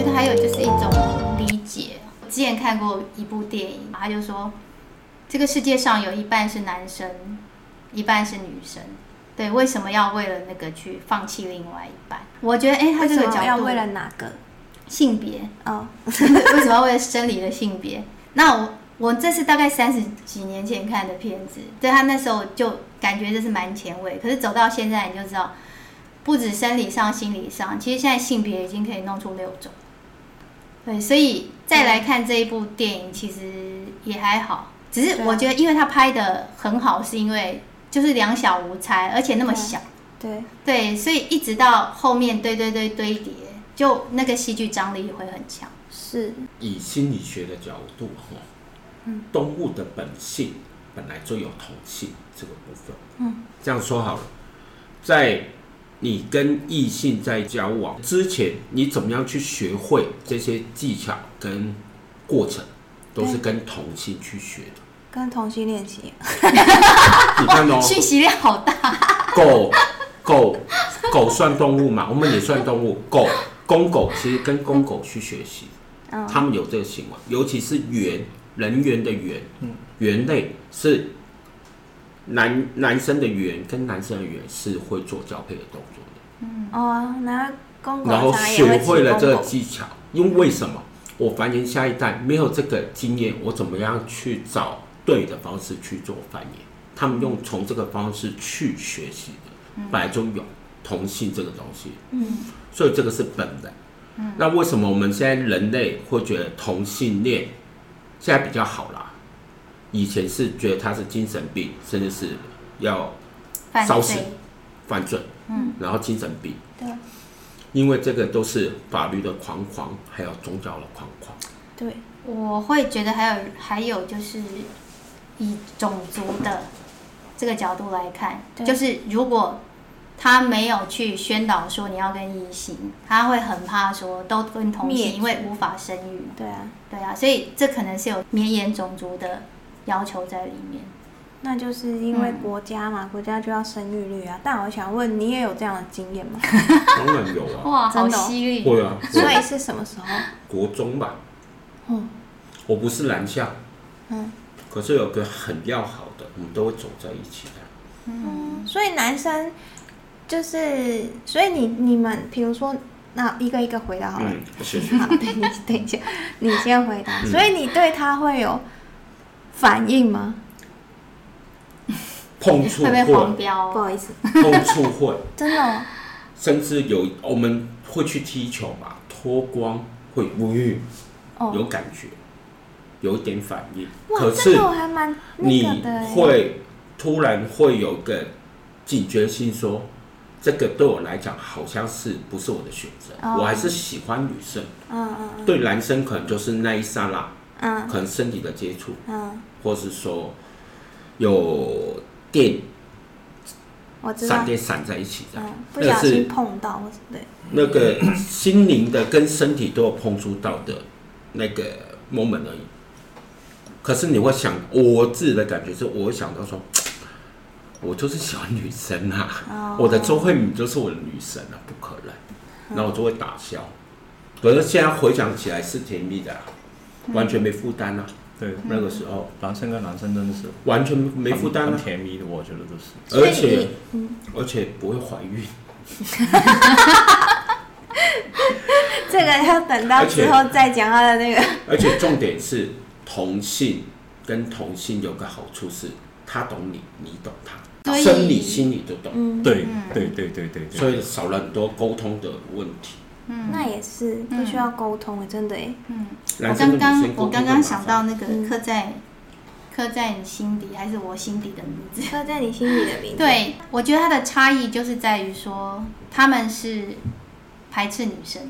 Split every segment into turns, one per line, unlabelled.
一种理解。之前看过一部电影，他就说，这个世界上有一半是男生，一半是女生。对，为什么要为了那个去放弃另外一半？我觉得，哎、他
为
这
什
个
么要
角度
为，了哪个？
性别，
哦，
为什么要为了生理的性别？那我我这是大概三十几年前看的片子，对他那时候就感觉这是蛮前卫，可是走到现在你就知道，不止生理上、心理上，其实现在性别已经可以弄出六种。对，所以再来看这一部电影，其实也还好，只是
对啊
我觉得，因为他拍的很好，是因为就是两小无猜，而且那么
对啊
小。
对，
对，所以一直到后面堆堆堆堆叠，就那个戏剧张力会很强。
是
以心理学的角度，哈，动物的本性本来就有同性这个部分。嗯，这样说好了，在你跟异性在交往之前，你怎么样去学会这些技巧跟过程，都是跟同性去学的。
跟同性恋习，
你看哦，
讯息量好大，
狗狗狗算动物嘛？我们也算动物。狗公狗其实跟公狗去学习，
嗯，
他们有这个行为，尤其是猿人猿的猿，猿类是男男生的猿跟男生的猿是会做交配的动作的，
哦，然后公狗
然后
常也
学
会
会
骑
了
公
这个
狗，
技巧，因为什么？我繁衍下一代没有这个经验，我怎么样去找对的方式去做繁衍？他们用从这个方式去学习的，本来就有同性这个东西。
嗯，
所以这个是本能。那为什么我们现在人类会觉得同性恋现在比较好啦？以前是觉得他是精神病，甚至是要
犯
烧死
罪。
犯罪，嗯，然后精神病，
对
因为这个都是法律的框框，还有宗教的框 框。
对，
我会觉得还有还有就是以种族的这个角度来看，
对
就是如果他没有去宣导说你要跟异性，他会很怕说都跟同
灭
性，
绝
因为无法生育嘛。
对啊，
对啊，所以这可能是有绵延种族的要求在里面。
那就是因为
嗯
国家嘛，国家就要生育率啊。但我想问，你也有这样的经验 吗？
当然有啊，
哇，
真
好
的哦
犀利！
会啊，
所以
我
是什么时候？
国中吧，
嗯
我不是男校，
嗯，
可是有个很要好的，我们都会走在一起的。
嗯
所以男生就是，所以你你们，比如说，那一个一个回答好了。
嗯，是 是。
好，等你等一下，你先回答。所以你对他会有反应吗？
碰触
会被黄
会，
标哦、
好意思，
碰触会，
真的哦、
甚至有我们会去踢球嘛，脱光会呜，
哦
有感觉，有一点反应。
哇，
可
这
是
个我还蛮那
你
个的欸。
会突然会有个警觉性说，这个对我来讲好像是不是我的选择，
哦
我还是喜欢女生。
嗯嗯嗯
对男生可能就是那一刹那，
嗯
可能身体的接触，
嗯，
或是说有电
我知道
闪。电闪在一起的
嗯，，不
那个
小
是
心碰到或是对，
那个心灵的跟身体都有碰触到的那个 moment 而已。可是你会想，我自己的感觉是，我会想到说，我就是喜欢女生
哦
啊，我的周慧敏就是我的女神啊，不可能。
嗯
然后我就会打消。可是现在回想起来是甜蜜的啊、
嗯
完全没负担啊。
对，
那个时候
男生跟男生真的是
完全没负担
很
啊，
甜蜜的，我觉得都是。
而
所以嗯
且而且不会怀孕。
这个要等到
而且
之后再讲他的那个。
而且重点是同性跟同性有个好处是，他懂你，你懂他，
所以
生理心理都懂，
嗯，
对对对对对对。
所以少了很多沟通的问题。
嗯那也是不需要沟通欸真的哎。
嗯，我
男
刚
生跟
刚
女生
我
沟通
刚
会
刚
麻
想
烦
到那个
嗯
刻在、刻在你心底还是我心底的名字。
刻在你心里的名字。，
对，我觉得它的差异就是在于说，他们是排斥女生的，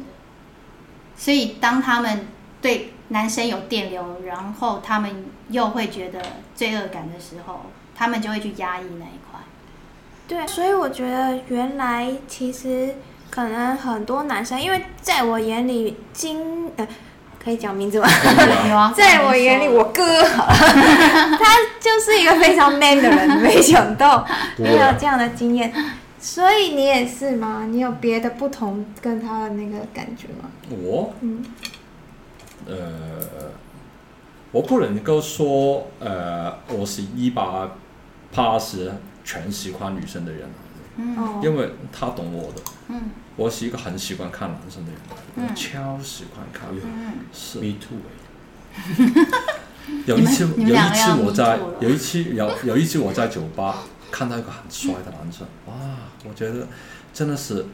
所以当他们对男生有电流，然后他们又会觉得罪恶感的时候，他们就会去压抑那一块。
对，所以我觉得原来其实可能很多男生，因为在我眼里，金呃，可以讲名字吗？
有啊，
在我眼里，我哥好了， 他就是一个非常 man 的人，没想到
不
也
会啊
有这样的经验。所以你也是吗？你有别的不同跟他的那个感觉吗？
我，
嗯
呃，我不能够说呃，我是一百八十全喜欢女生的人，
嗯
哦，
因为她懂我的。
嗯
我是一个很喜欢看男生的人，
嗯
我超喜欢看。
嗯
是
Me too，
欸有一次，
你
有
们
一
两个要
次我在
me too 了，
有一次有有一次我在酒吧看到一个很帅的男生，哇，我觉得真的是，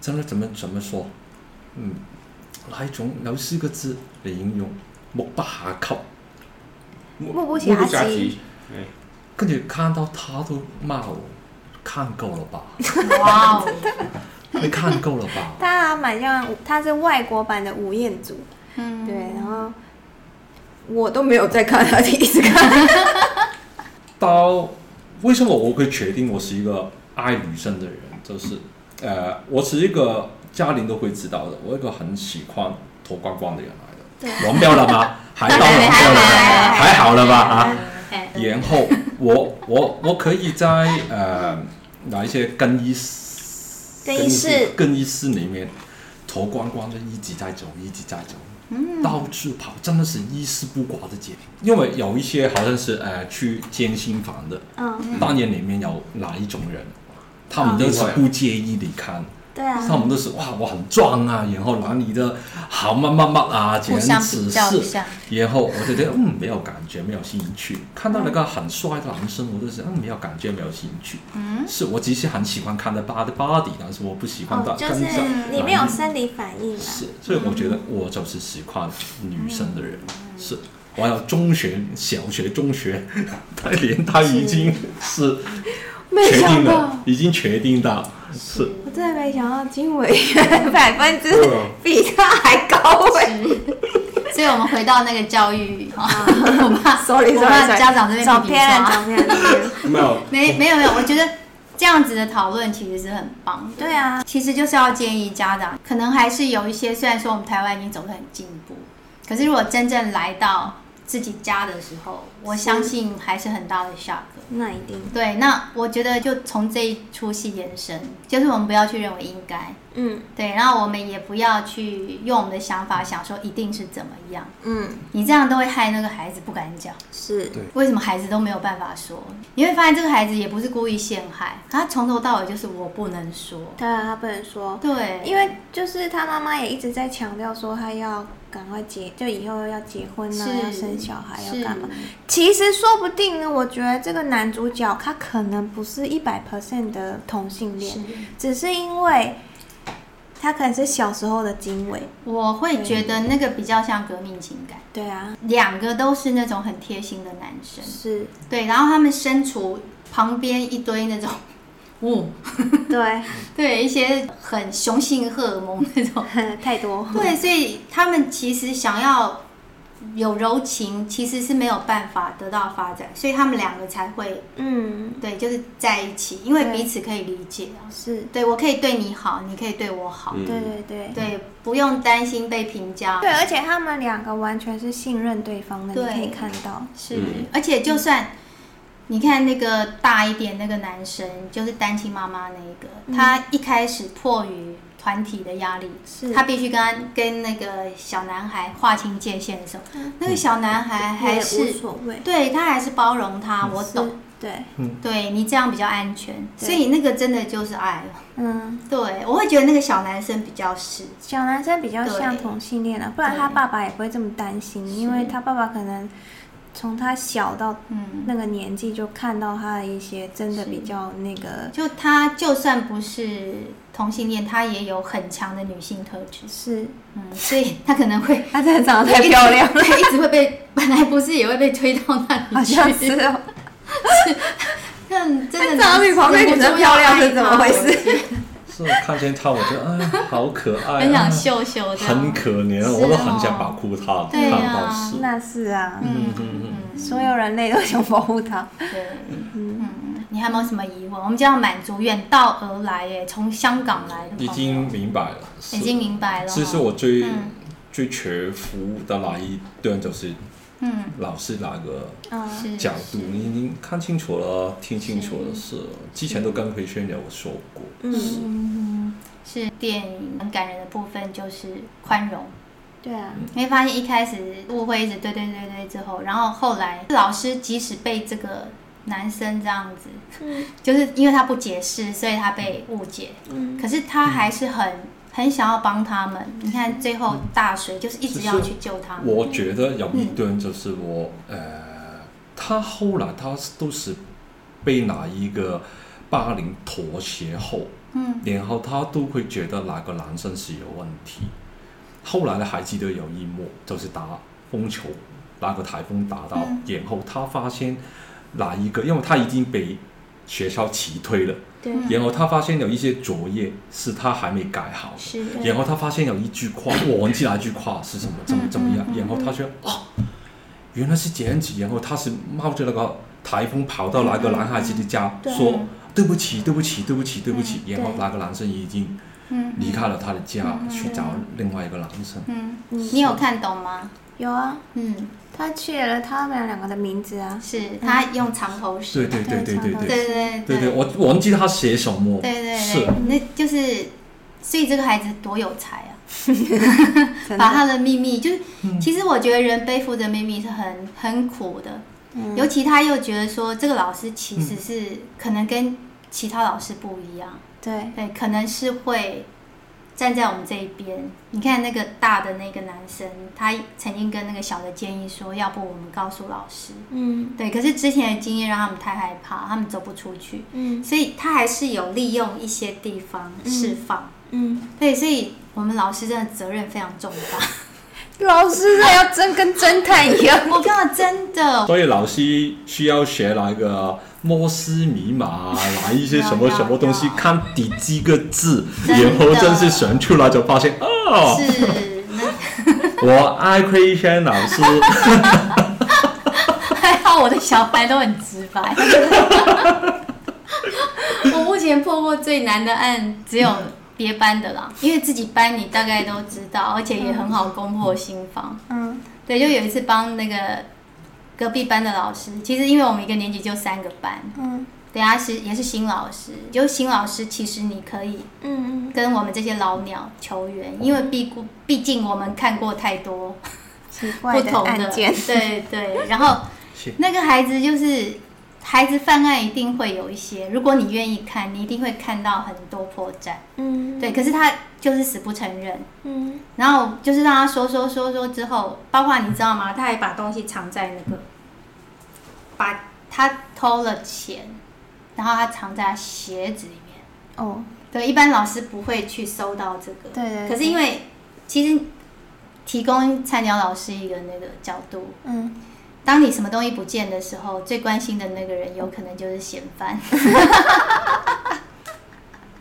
真的怎么怎么说，嗯，哪一种有四个字嚟形容，目不暇給。
目不
目不
暇
暇
及
及，哎
跟住看到他都罵我，看夠了吧？
嗯，哇哦，
你看夠了吧？
他蛮像，他是外国版的吴彦祖，
嗯，
对，然后我都没有在看，他一直看，
到为什么我会决定我是一个爱女生的人？就是，呃，我是一个家人都会知道的，我一个很喜欢脱光光的人来的。融掉了吗？ 还到融掉了吗？还好了吧？啊！
哎
然后我我我可以在呃哪一些更衣室
更衣室
更衣室里面脱光光就一直在走，一直在走，到处跑，真的是一丝不挂的姐。因为有一些好像是呃去健身房的，
嗯，
当然里面有哪一种人，他们都是不介意你看，
对啊，
他们都是哇我很壮啊，然后哪里的好乜乜乜啊，这
互相
样子
比较一
是。
下，
然后我就觉得嗯没有感觉，没有兴趣。看到那个很帅的男生，我就是嗯没有感觉，没有兴趣。
嗯，
是我只是很喜欢看他 body body，但是我不喜欢他
哦，就
跟
是
着。
你没有生理反应啊，
是，所以我觉得我就是喜欢女生的人。是，我有中学、小学、中学， 他连他已经是
没
决定
想
了
到，，
已经决定到是。
我真的没想到经纬 百分之
对啊
比他还高哎、
所以我们回到那个教育， 我怕
Sorry，
我
sorry，
怕
sorry
家长这边
找
批评
偏了，
他
找偏了找偏了。
没有，
没没有没有，我觉得这样子的讨论其实是很棒的。
对啊，
其实就是要建议家长，可能还是有一些，虽然说我们台湾已经走得很进步，可是如果真正来到自己家的时候，我相信还是很大的 shock。
那一定，
对，那我觉得就从这一出戏延伸，就是我们不要去认为应该，
嗯
对，然后我们也不要去用我们的想法想说一定是怎么样，
嗯，
你这样都会害那个孩子不敢讲。
是，
为什么孩子都没有办法说？你会发现这个孩子也不是故意陷害，他从头到尾就是我不能说。
对啊，他不能说，
对，
因为就是他妈妈也一直在强调说，他要赶快结，就以后要结婚啊，
是
要生小孩，
是
要干嘛？其实说不定呢，我觉得这个男主角他可能不是一百 percent 的同性
是
恋，只是因为他可能是小时候的经纬，
我会觉得那个比较像革命情感，
对啊，
两个都是那种很贴心的男生，
是，
对，然后他们身处旁边一堆那种，
嗯
哦，
对，
对，一些很雄性荷尔蒙那 种，
太多，
对，所以他们其实想要有柔情，其实是没有办法得到发展，所以他们两个才会
嗯，
对，就是在一起，因为
对
彼此可以理解啊。
是，
对我可以对你好，你可以对我好，
对对对。
对，不用担心被评价。
对，而且他们两个完全是信任对方的，你
对
可以看到。
是，
嗯
而且就算你看那个大一点那个男生，就是单亲妈妈那一个，
嗯
他一开始迫于团体的压力，
是
他必须跟他跟那个小男孩划清界限的时候，那个小男孩还
嗯也无
是
所谓，
对他还是包容他，我
是
懂，，
对，
对你这样比较安全，
对
所以那个真的就是爱了。
嗯，
对，我会觉得那个小男生比较是，
小男生比较像
对
同性恋啊了、不然
对
他爸爸也不会这么担心，因为他爸爸可能从他小到
嗯，
那个年纪就看到他的一些真的比较那个
就他就算不是同性恋，他也有很强的女性特质，
是，
嗯，所以他可能会，
他真的长得太漂亮
对，一直会被，本来不是也会被推到那
好
里去，
像是哦，
但真的
长得比旁边女生漂亮是怎么回 事？
是我看见他，我觉得哎，好可爱、啊，
很想秀秀的，
很可怜，
是哦
我都很想保护他，
对啊
看到是，
那是啊，
嗯嗯嗯，
所有人类都想保护他，
对，嗯，你还有没有什么疑问？我们这样满足远道而来，耶，从香港来的朋友，
已经明白了，是
已经明白了，
其实我最、
嗯
最缺服的那一段就是
嗯，
老师那个
嗯，
是
角度，你已经看清楚了，听清楚了，是之前都跟回轩有说过，
嗯，
嗯，是电影很感人的部分就是宽容，
对啊，
你会发现一开始误会一直对对对对之后，然后后来老师即使被这个男生这样子，
嗯
就是因为他不解释，所以他被误解。
嗯，
可是他还是很很想要帮他们。你看最后大水就是一直要去救他们。
我覺得有一段就是我誒、呃他後來他都是被哪一個霸凌妥協後，
嗯，
然後他都會覺得哪個男生是有問題。後來呢，還記得有一幕就是打風球，那個颱風打到，
嗯
然後他發現哪一個，因為他已經被學校辭退了，
对，
嗯
然後他發現有一些作業是他還沒改好的。
是
然后他发现有一句话，我忘记哪一句话是什么，怎么怎么样
嗯嗯，嗯
然后他觉得哦，原来是这样子，然后他是冒着那个台风跑到那个男孩子的家，
嗯嗯
说对不起，对不起，对不起，对不起，
嗯
然后
对
那个男生已经
嗯
离开了他的家，
嗯嗯
去找另外一个男生。
嗯，
嗯
你有看懂吗？
有啊，
嗯，
他取了他们两个的名字啊，
是他用长头诗。
对对对对对
对
对
对
对对，
对
我我忘记他写什么，
对对
是
对，那就是，所以这个孩子多有才啊！
真
把
的，
他的秘密，就是、其实我觉得人背负着秘密是很很苦的，
嗯
尤其他又觉得说这个老师其实是、可能跟其他老师不一样，
对，
对，可能是会站在我们这一边。你看那个大的那个男生，他曾经跟那个小的建议说，要不我们告诉老师，
嗯
对，可是之前的经验让他们太害怕，他们走不出去，
嗯
所以他还是有利用一些地方释放，
嗯，
对，所以我们老师真的责任非常重大。
老师这要真跟侦探一样，
我看到真的，
所以老师需要学那个摩斯密码，拿一些什么什么东西
要要要
看第几个字，
真的
然后真是选出来就发现 哦，
是那
我爱亏轩老 师，嗯
还好我的小白都很直 白。我目前破过最难的案只有别班的啦，因为自己班你大概都知道，而且也很好攻破心房。
嗯
对，就有一次帮那个隔壁班的老师，其实因为我们一个年级就三个班，
嗯
对他是也是新老师，就新老师其实你可以
嗯
跟我们这些老鸟求援，因为毕故毕竟我们看过太多
嗯，奇
不
怪
同的
案件，
对对，然 后
是
那个孩子就是孩子犯案一定会有一些，如果你愿意看，你一定会看到很多破绽。
嗯
对，可是他就是死不承认，
嗯
然后就是让他说说说说之后，包括你知道吗？他还把东西藏在那个，把他偷了钱，然后他藏在鞋子里面。
哦，
对，一般老师不会去搜到这个。
对对对
可是因为其实提供菜鸟老师一个那个角度，
嗯
当你什么东西不见的时候，最关心的那个人有可能就是嫌犯，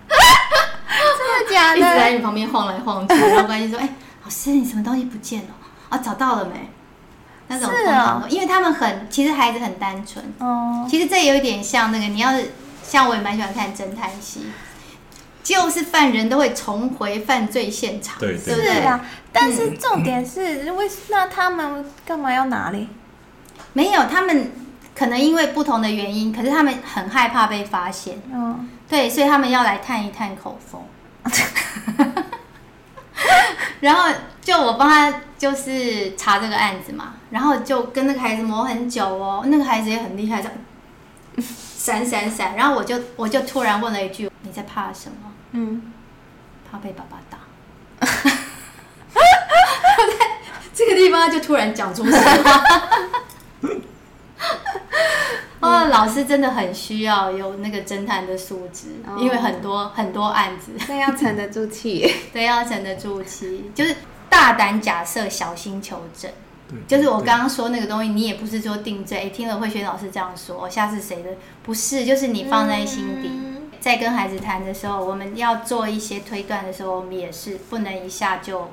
真的假
一直在
的？
你旁边晃来 晃去，然后关心说：“哎、老师，你什么东西不见了？啊，找到了没？”那种
是
通常
哦
都因为他们很，其实孩子很单纯。
哦，
其实这有一点像那个，你要是像我也蛮喜欢看侦探戏，就是犯人都会重回犯罪现场，
对
对不
是
对？
啊，但是重点是为那他们干嘛要拿嘞？
没有，他们可能因为不同的原因，可是他们很害怕被发现，
哦，
对，所以他们要来探一探口风。然后就我帮他就是查这个案子嘛，然后就跟那个孩子磨很久哦，那个孩子也很厉害，这样 闪闪闪。然后我就我就突然问了一句：“你在怕什么？”
嗯，
怕被爸爸打。 这个地方就突然讲出实话。 哦，老师真的很需要有那个侦探的素质，
哦
因为很多很多案子
那要沉得住气。
都要沉得住气，就是大胆假设，小心求证。就是我刚刚说那个东西，你也不是说定罪，诶哎听了慧轩老师这样说，哦下次谁的不是，就是你放在心底。
嗯
在跟孩子谈的时候，我们要做一些推断的时候，我们也是不能一下就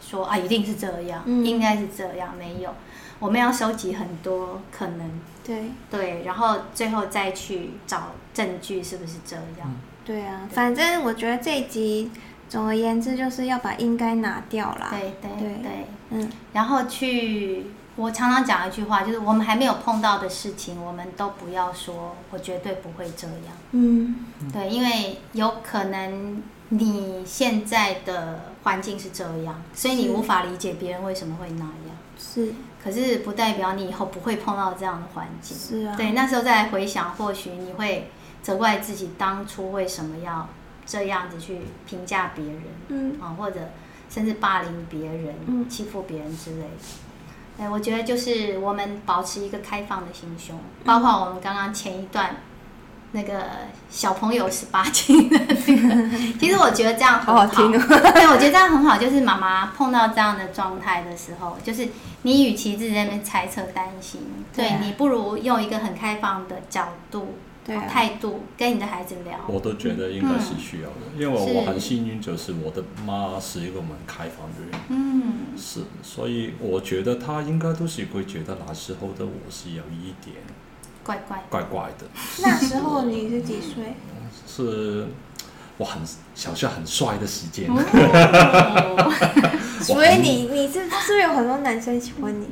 说啊，一定是这样，
嗯
应该是这样，没有，我们要收集很多可能，
对
对，然后最后再去找证据是不是这样？
对啊，反正我觉得这一集，总而言之就是要把应该拿掉啦。
对对
对
对，
嗯
然后去，我常常讲一句话，就是我们还没有碰到的事情，我们都不要说，我绝对不会这样。
嗯
对，因为有可能你现在的环境是这样，所以你
是
无法理解别人为什么会那样。
是
可是不代表你以后不会碰到这样的环境。
嗯是啊，
对，那时候再来回想，或许你会责怪自己当初为什么要这样子去评价别人
嗯
啊，或者甚至霸凌别人、
嗯
欺负别人之类的。哎，我觉得就是我们保持一个开放的心胸，包括
嗯
我们刚刚前一段那个小朋友十八禁的那个，其实我觉得这样很
好好听哦，
对，我觉得这样很好，就是妈妈碰到这样的状态的时候，就是你与其自己在那边猜测担心，对
对啊
你不如用一个很开放的角度、
对啊
态度跟你的孩子聊。
我都觉得应该是需要的，因为我
是
我很幸运，就是我的妈是一个蛮开放的人，
嗯，
是，所以我觉得她应该都是会觉得那时候的我是有一点
乖乖，
怪怪的，
那时候你是几岁？
是我很小时候很帅的时间，
哦
所以你你是是不是有很多男生喜欢你？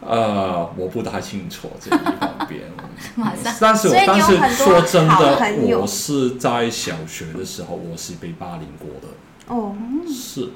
呃，我不太清楚这一方 面
马上，
但是我
所以你有
但是
很多
说真
好朋
的，
友
我是在小学的时候，我是被霸凌过的，
哦，
是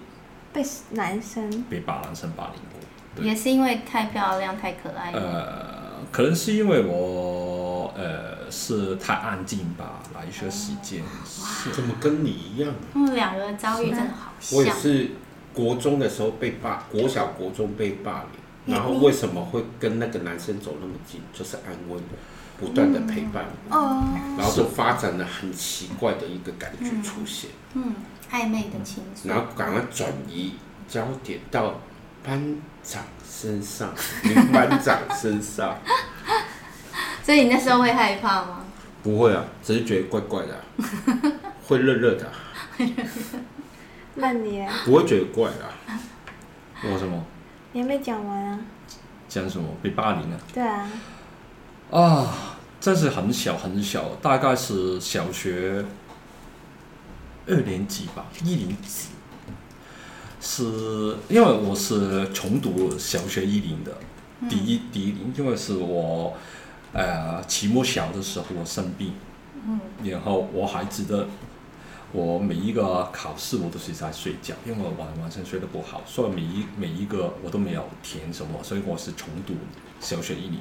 被男生
被霸男生霸凌过。对
也是因为太漂亮、太可爱了。
呃，可能是因为我呃是太安静吧，来学时间
哦
是
怎么跟你一样啊？
他们两个遭遇真的好
我也
像，
是国中的时候被霸，国小国中被霸凌，然后为什么会跟那个男生走那么近？就是安慰我，不断的陪伴
嗯
我，
哦，
然后就发展了很奇怪的一个感觉出现，
嗯，暧昧的情愫
然，后赶快转移焦点到班长身上、女班长身上。
所以你那时候会害怕吗？
不会啊，只是觉得怪怪的 啊、会热热的啊、
那你嘞
不会觉得怪啊啦、
我什么
你还没讲完啊？
讲什么被霸凌啊
对啊，
啊，这是很小很小，大概是小学二年级吧，一年级。是因为我是重读小学一年的，第一第一年，因为是我呃期末小的时候我生病，
嗯，
然后我还记得，我每一个考试我都是在睡觉，因为我晚晚上睡得不好，所以每一每一个我都没有填什么，所以我是重读小学一年。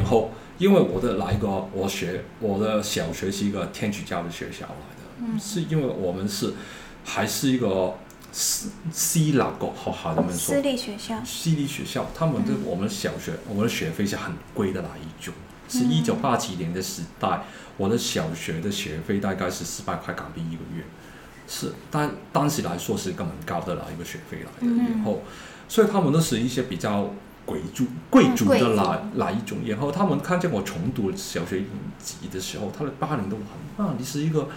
然后因为我的那一个我学我的小学是一个天主教的学校来的，是因为我们是还是一个私私立国学校，你们说
私立学校，
私立学校，他们的我们小学，
嗯
我们的学费是很贵的那一种。是一九八七年的时代，我的小学的学费大概是四百块港币一个月，是但当时来说是一个蛮高的那一个学费来
嗯
的。然后，所以他们都是一些比较贵族贵
嗯
族
贵
的
族
那那一种。然后他们看见我重读小学一年级的时候，他的霸凌都很啊，你是一个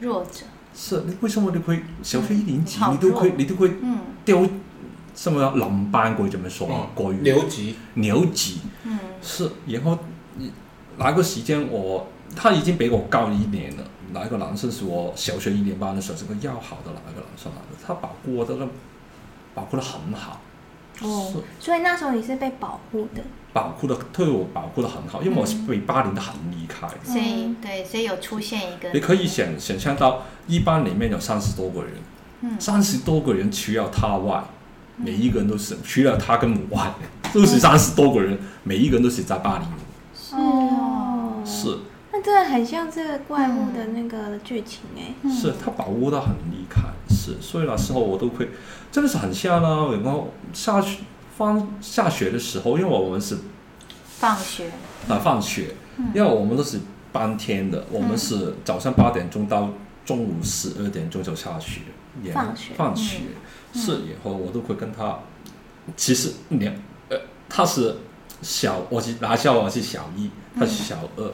弱者，
是你为什么你会小学一年级
好
你都会
弱
你都会
嗯
丢什么林班嗰啲咁樣說啊，國語
嗯留级，
牛级
嗯，
是，然后哪个时间我他已经比我高一年了，哪一个男生是我小学一年班的时候是个要好的哪一个男生来的，他把过的那保护的很好，
哦
是，
所以那时候你是被保护的，
保护的对我保护的很好，因为我是被霸凌的很厉害。
所以
嗯
对，所以有出现一个，
你可以想想象到，一班里面有三十多个人，
嗯
三十多个人除了他外，每一个人都是除了他跟我外，都是三十多个人，每一个人都是在啊霸凌我，
哦
是。
那真的很像这个怪物的那个剧情哎、
嗯
是他保护的很厉害，是，所以那时候我都会，真的是很像啦。然后下学放下学的时候，因为我们是
放学，
啊放学，
嗯
因为我们都是半天的，我们是早上八点钟到中午十二点钟就下学，也
放学嗯
放学、是，然后我都会跟他，其实两呃他是小，我是拿下我是小一，他是小二，
嗯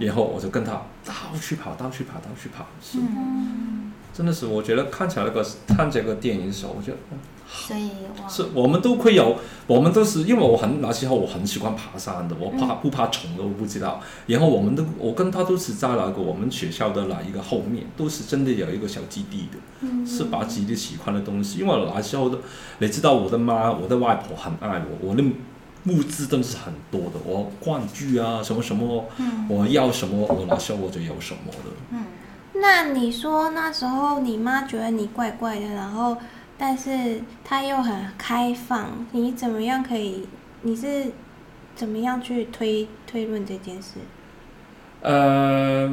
然后我就跟他到处跑，到处跑，到处跑，是。
嗯
真的是，我觉得看起来那个看这个电影的时候，我觉得嗯
所以哇，
是我们都会有，我们都是因为我很那时候我很喜欢爬山的，我怕不怕虫的我不知道。然后我们都我跟他都是在那个我们学校的那一个后面，都是真的有一个小基地的，是把自己喜欢的东西。因为我那时候的，你知道我的妈，我的外婆很爱我，我的物资真的是很多的，我玩具啊什么什么，
嗯
我要什么我那时候我就有什么的。
那你说那时候你妈觉得你怪怪的，然后但是她又很开放，你怎么样可以？你是怎么样去推推论这件事？
呃，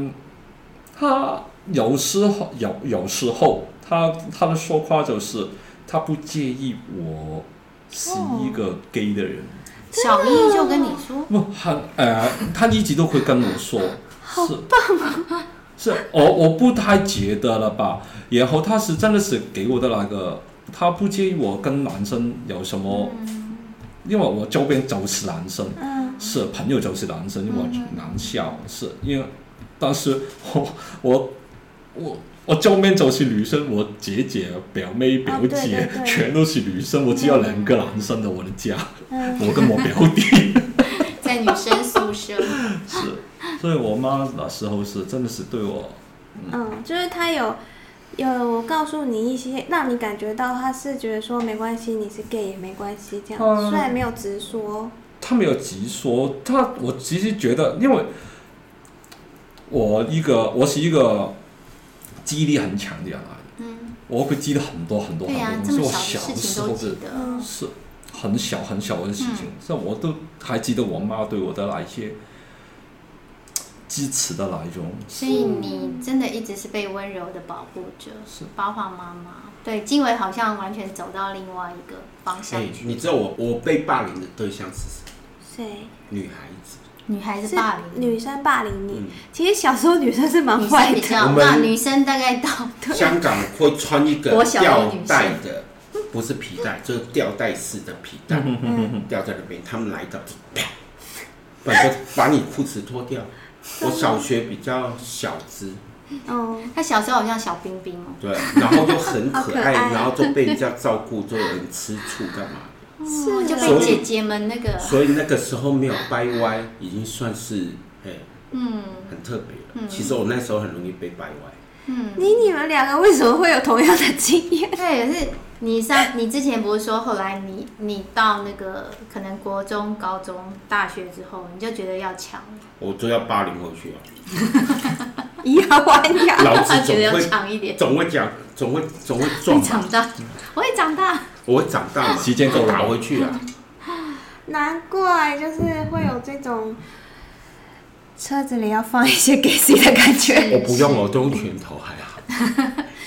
他有时候有有时候他他的说话就是他不介意我是一个 gay 的人，
小易就跟你说，
不很呃，他一直都会跟我说，是棒是我我不太觉得了吧。然后他是真的是给我的那个，他不介意我跟男生有什
嗯
么，因为我周边就是男生，
嗯，
是朋友就是男生，因为我
嗯
男校是因为，但是 我我我我周边就是女生，我姐姐、表妹、表
啊对
姐、
对对
全都是女生，我只有两个男生的我的家，
嗯
我跟我表 弟
在女生宿舍，
是，所以我妈那时候是真的是对我，
嗯，就是他有有告诉你一些，让你感觉到他是觉得说没关系，你是 gay 也没关系这样，
嗯
虽然没有直说，
她没有直说，她我其实觉得，因为我一个我是一个记忆力很强的人来的，
嗯，
我会记得很多很多
对
很
呀、
多
这
东西，
么小
我
的事
时
情
候
都
的
记得，
嗯，
是很小很小的事情，这、我都还记得我妈对我的那一些支持的那一种，
所以你真的一直是被温柔的保护着，
是
包括妈妈。对，经纬好像完全走到另外一个方向
哎，
去。
你知道我我被霸凌的对象是谁？
谁
女孩子。
女孩
是
子霸凌，
女生霸凌你？
嗯
其实小时候女生是蛮
女
坏
生
的
比，较
我，们
那女生大概到
香港会穿一个
国小的
吊
女生
带的，不是皮带，就是吊带式的皮带，吊在那边。他们来到就啪，把就把你裤子脱掉。我小学比较小只，
嗯，
她小时候好像小冰冰哦，
对，然后就很可
好可
爱，
爱
然后就被人家照顾，就有人吃醋干嘛？
是
哦就
啊
所
被
以
姐姐们那个，
所以那个时候没有掰歪，已经算是哎
嗯
很特别了。其实我那时候很容易被掰歪。
嗯，
你你们两个为什么会有同样的经验？
对，可是你上你之前不是说后来你你到那个可能国中、高中、大学之后，你就觉得要强，
我就要霸凌回去啊！
以和玩雅，
老子
他啊 觉
总
得要
会
强一点，
总会讲，总会总会
会
撞吧。
长大，我会长大，
我长大嘛，
时间够了
打回去啊。
难怪就是会有这种车子里要放一 些 gay 的感觉。
我不用，我都用拳头还好，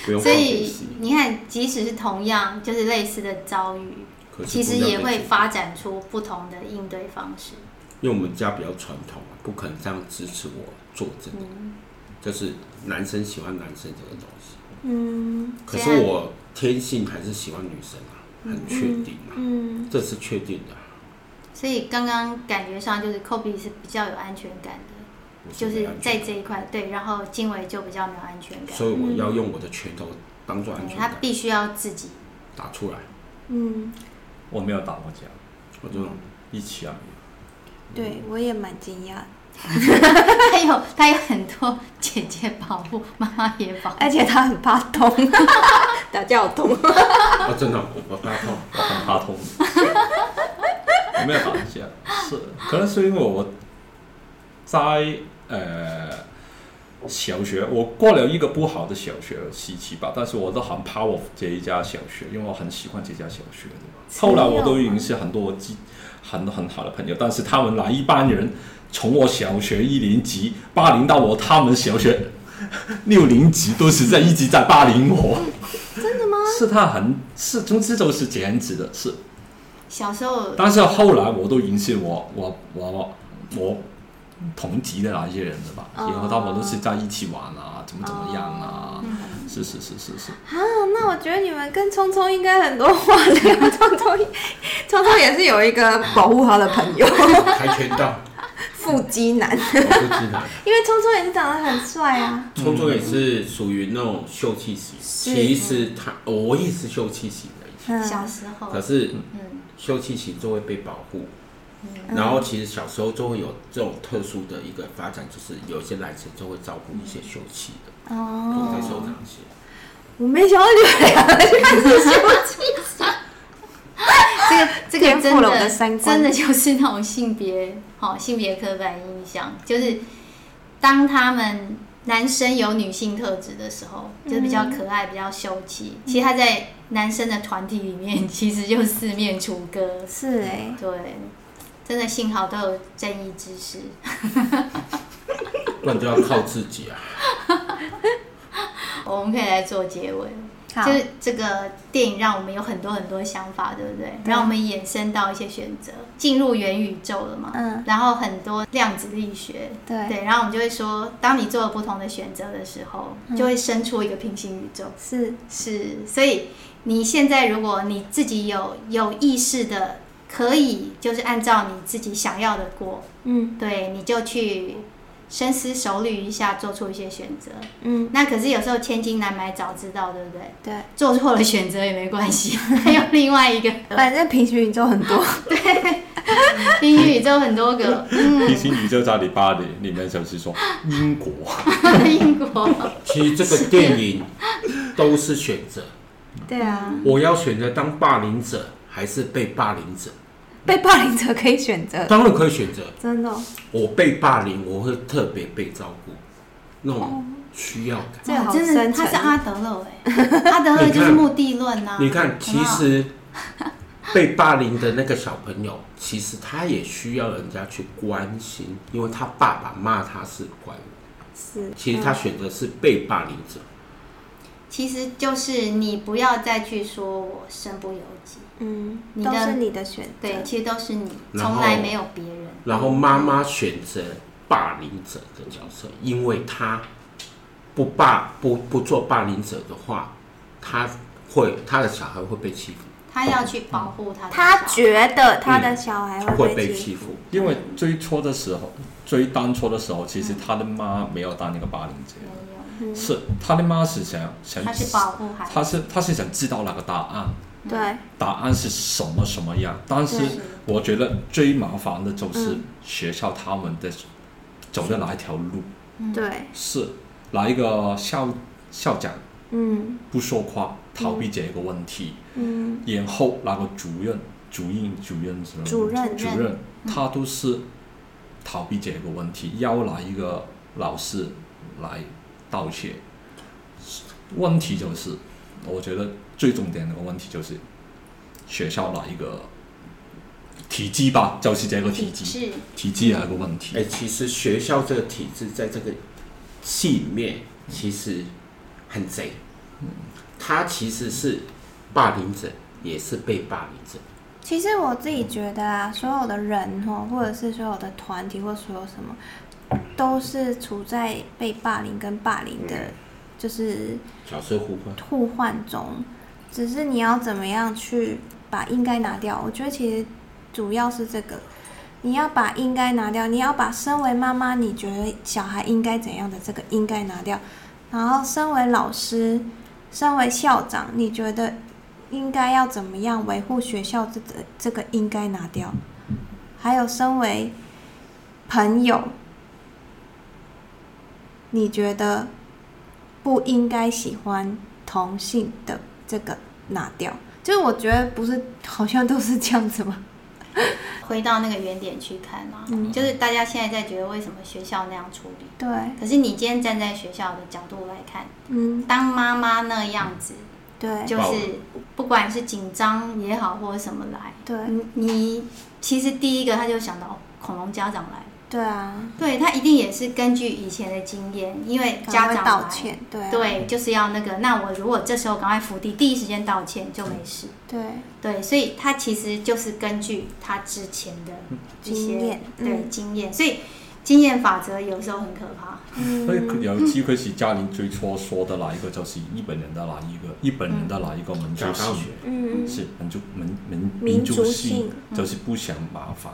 不用
所
放
以
电视。
你看，即使是同样就是类似的遭遇，
可是
其实
不一样
也
的
会
情
发展出不同的应对方式。
因为我们家比较传统啊，不可能这样支持我做这个，就是男生喜欢男生这个东西。
嗯
可
虽然
是我天性还是喜欢女生啊，很确定啊，
嗯，
这是确定的啊。
所以刚刚感觉上就是 Kobe 是比较有安全感的，
我
就是
没安
在
全感
这一块对，然后经纬就比较没有安全感，
所以我要用我的拳头当做安
嗯
全
他
感
必须要自己
打出来，
嗯，
我没有打过架，
我就
一起啊而已。
对我也蛮惊讶的，
他有他有很多 姐姐保护，妈妈也保护。
而且他很怕 痛，打架好痛。
啊真的我我大痛，
我很怕痛，我没有打架，是可能是因为我在呃小学，我过了一个不好的小学时期吧，但是我都很怕我这一家小学，因为我很喜欢这家小学的。后来我都已经是很多我记很很好的朋友，但是他们那一班人从我小学一年级霸凌到我他们小学 六年级，都是在一直在霸凌我。是他很是，总之就是这样子的，是。
小时候
但是后来我都允许我我我我同级的那些人的吧，然后他们都是在一起玩啊，怎么怎么样啊，是是是是是，
啊，那我觉得你们跟聪聪应该很多话聊。聪聪，聪聪也是有一个保护他的朋 友，
跆拳道，
腹肌男，
我不知道。
因为聪聪也是长得很帅啊。
嗯
聪聪也是属于那种秀气型，其实他我也是秀气型的，
嗯
小时候，
可是
嗯
休憩期就会被保护，
嗯
嗯
然后其实小时候就会有这种特殊的一个发展，就是有一些男生就会照顾一些休憩的，就
哦
会，收藏一些。
我没想到你们两个就开始休息，
这个这个
颠覆
真
了我的
的
三观
真的就是那种性别好、性别刻板印象，就是当他们男生有女性特质的时候，
嗯
就是比较可爱、比较秀气。其实他在男生的团体里面， 其实就四面楚歌。
是哎、
对，真的幸好都有正义之士。
不然就要靠自己啊！
我们可以来做结尾了。
好
就是这个电影让我们有很多很多想法，对不对？
对
让我们衍生到一些选择，进入元宇宙了嘛。
嗯
然后很多量子力学，
对
对，然后我们就会说，当你做了不同的选择的时候，就
嗯
会生出一个平行宇宙。
是
是，所以你现在如果你自己有有意识的，可以就是按照你自己想要的过，
嗯
对，你就去深思熟虑一下，做出一些选择。
嗯
那可是有时候千金难买早知道，对不对？
对，
做错了选择也没关系， 还有另外一个
嗯反正平行宇宙很多，
英语宙很多个，
平行宇宙在你巴黎里面就是说英国，
英国
其实这个电影都是选择，
对啊，
我要选择当霸凌者还是被霸凌者？
被霸凌者可以选择，
当然可以选择，
真的哦、
我被霸凌，我会特别被照顾，那种需要感。
这个好
哦真的
深
他是
沉，
阿德勒哎，阿德勒就是目的论呐。
你看，
有没
其
有
实被霸凌的那个小朋友，其实他也需要人家去关心，因为他爸爸骂他是怪物，
是嗯
其实他选择是被霸凌者。
其实就是你不要再去说我身不由己，
嗯，
你的
都是你的选择，
对，其实都是你，
然后
从来没有别人。
然后妈妈选择霸凌者的角色，因为她不霸不不做霸凌者的话，她会她的小孩会被欺负，
他要去保护他的小孩，
他觉得他的小孩
会
嗯会
被
被欺
欺负。
因为最初的时候，最当初的时候，其实他的妈没有当那个霸凌者，
没有，
是他的妈是想想
他，是保护孩子
他。是他是想知道那个答案，
负，对，
答案是什么什么样。但是
对
我觉得最麻烦的就是
嗯
学校他们的走的哪一条路，
对，
是哪一个校校长
嗯
不说话，逃避这个问题，
嗯，
然后那个主任、主任、主任之类的
主任
主任，他都是逃避这个问题，要来一个老师来道歉。问题就是，我觉得最重点的问题就是学校哪一个体制吧，就是这个体
体
制，
制，
体制有一个问题。
哎、其实学校这个体制在这个戏里面其实很贼，他其实是霸凌者，也是被霸凌者。
其实我自己觉得啊，所有的人哦，或者是所有的团体，或所有什么，都是处在被霸凌跟霸凌的，就是
角色互换，
互换中。只是你要怎么样去把应该拿掉？我觉得其实主要是这个，你要把应该拿掉，你要把身为妈妈你觉得小孩应该怎样的这个应该拿掉，然后身为老师，身为校长，你觉得应该要怎么样维护学校这个这个应该拿掉，还有身为朋友，你觉得不应该喜欢同性的这个拿掉，就是我觉得不是好像都是这样子吗？
回到那个原点去看嘛，
嗯
就是大家现在在觉得为什么学校那样处理，
对，
可是你今天站在学校的角度来看，
嗯，
当妈妈那样子，
对，
就是不管是紧张也好，或者什么来，
对，
你呃你其实第一个他就想到哦恐龙家长来了，
对啊，
对他一定也是根据以前的经验，因为
赶
家
快
长
道
来，
歉，对啊，
对，就是要那个。那我如果这时候赶快伏地，第一时间道歉就没事。
对，
对，所以他其实就是根据他之前的一些
经验
对
嗯
经验，所以经验法则有时候很可怕。
所
嗯
以有机会是家庭最初说的哪一个，就是日本人的哪一个，日本人的哪一个民族
讲
性
到。学，
嗯，
是民族民民
民族
族
性嗯
性，就是不想麻烦。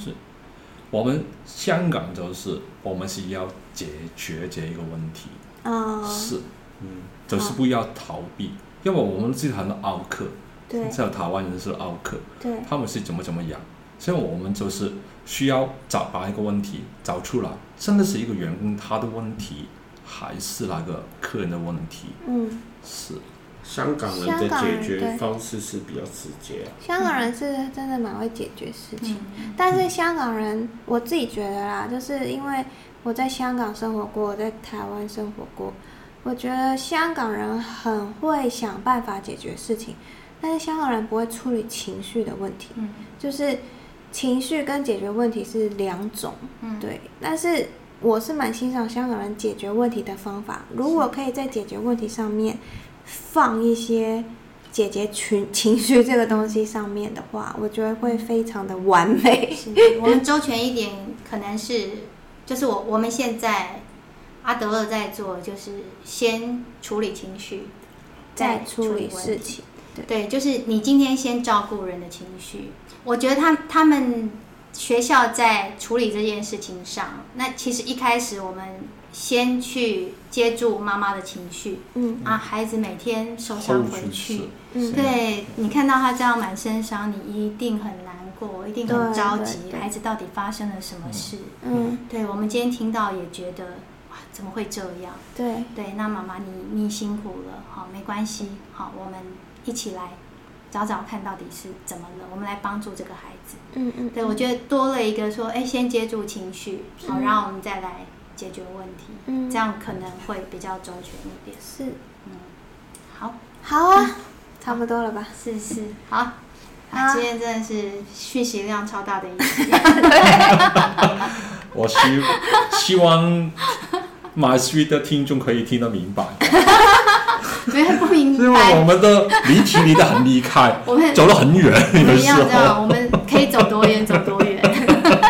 是，我们香港就是我们是要解决这一个问题，
啊，
是，
嗯，
就是不要逃避，因为我们知道很多奥克，
对
像台湾人是奥克，
对
他们是怎么怎么养，所以我们就是需要找把一个问题找出来，真的是一个员工他的问题，还是那个客人的问题？
嗯，
是，
香港人
香
的
港人
解决
对
方式是比较直接啊，
香港人是真的蛮会解决事情，
嗯，
但是香港人我自己觉得啦，就是因为我在香港生活过，我在台湾生活过，我觉得香港人很会想办法解决事情，但是香港人不会处理情绪的问题，
嗯
就是情绪跟解决问题是两种。
嗯，
对，但是我是蛮欣赏香港人解决问题的方法。如果可以在解决问题上面放一些解决群情绪这个东西上面的话，我觉得会非常的完美。
是我们周全一点，可能是就是我我们现在阿德勒在做，就是先处理情绪，
再
处
处理
问
事
题
情，
对，就是你今天先照顾人的情绪。我觉得他他们学校在处理这件事情上，那其实一开始我们先去接住妈妈的情绪
嗯
啊，孩子每天受伤
hold
回
住是
去，，
嗯
对你看到他这样满身伤，你一定很难过，一定很
对
着
对
急，
对
孩子到底发生了什么事？
嗯，
对我们今天听到也觉得哇，怎么会这样？
对
对，那妈妈你你辛苦了，好，没关系，好，我们一起来找找看到底是怎么了，我们来帮助这个孩子。
嗯嗯，
对我觉得多了一个说，哎，先接住情绪，好，然后我们再来解决问题，
嗯
这样可能会比较周全一点。
是
嗯，好，
好啊，差不多了吧？
是是，好。啊，
好
今天真的是讯息量超大的一集，
我希希望马西的听众可以听得明白，
没有不
因
明
为我
白，
们的离题离得很厉害，
我们
走了很远，
不
有时
要这
候
哎样，我们可以走多远走多远。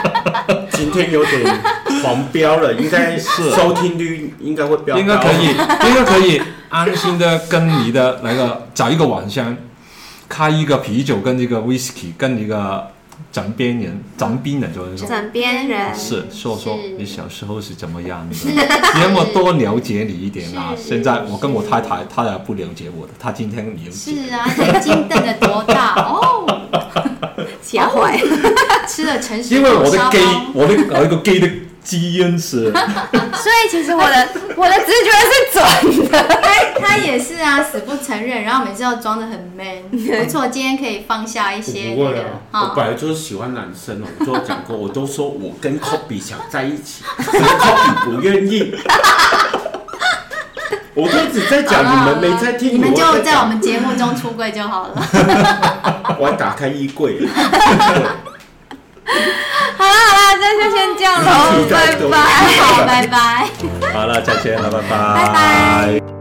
今天有点黄标了，应该
是啊
收听率应该会飙，
应该可以，，应该可以安心的跟你的那个找一个晚上，开一个啤酒跟一个 whisky 跟一个枕边人，枕边人就是说。
枕边人
是说说
是
你小时候是怎么样的？
是
让我多了解你一点啦。
是
现在我跟我
是
太太，她也不了解我的，她今天了解。
是啊，眼睛瞪得多大哦，
吓坏，
吃了诚实
因为我
豆
的
沙
gay，
包
我的我一个 gay 的基因
所
是，
以其实我的 我的直觉是准的。
他也是啊，死不承认，然后每次都装得很 man。不 错，今天可以放下一些
不
那
会
个
啊，我
啊，
本来就是喜欢男生哦，我都有讲 过，我都说我跟 Kobe 想在一起，可是 Kobe 不 愿意。我都一直在讲，你们没在听，
你们
我
就
在
在
讲
我们节目中出柜就好 了。
我还打开衣柜，
好了好了，那就先这 样喽，拜拜。
好，拜拜。
好了，再见了，拜拜
拜拜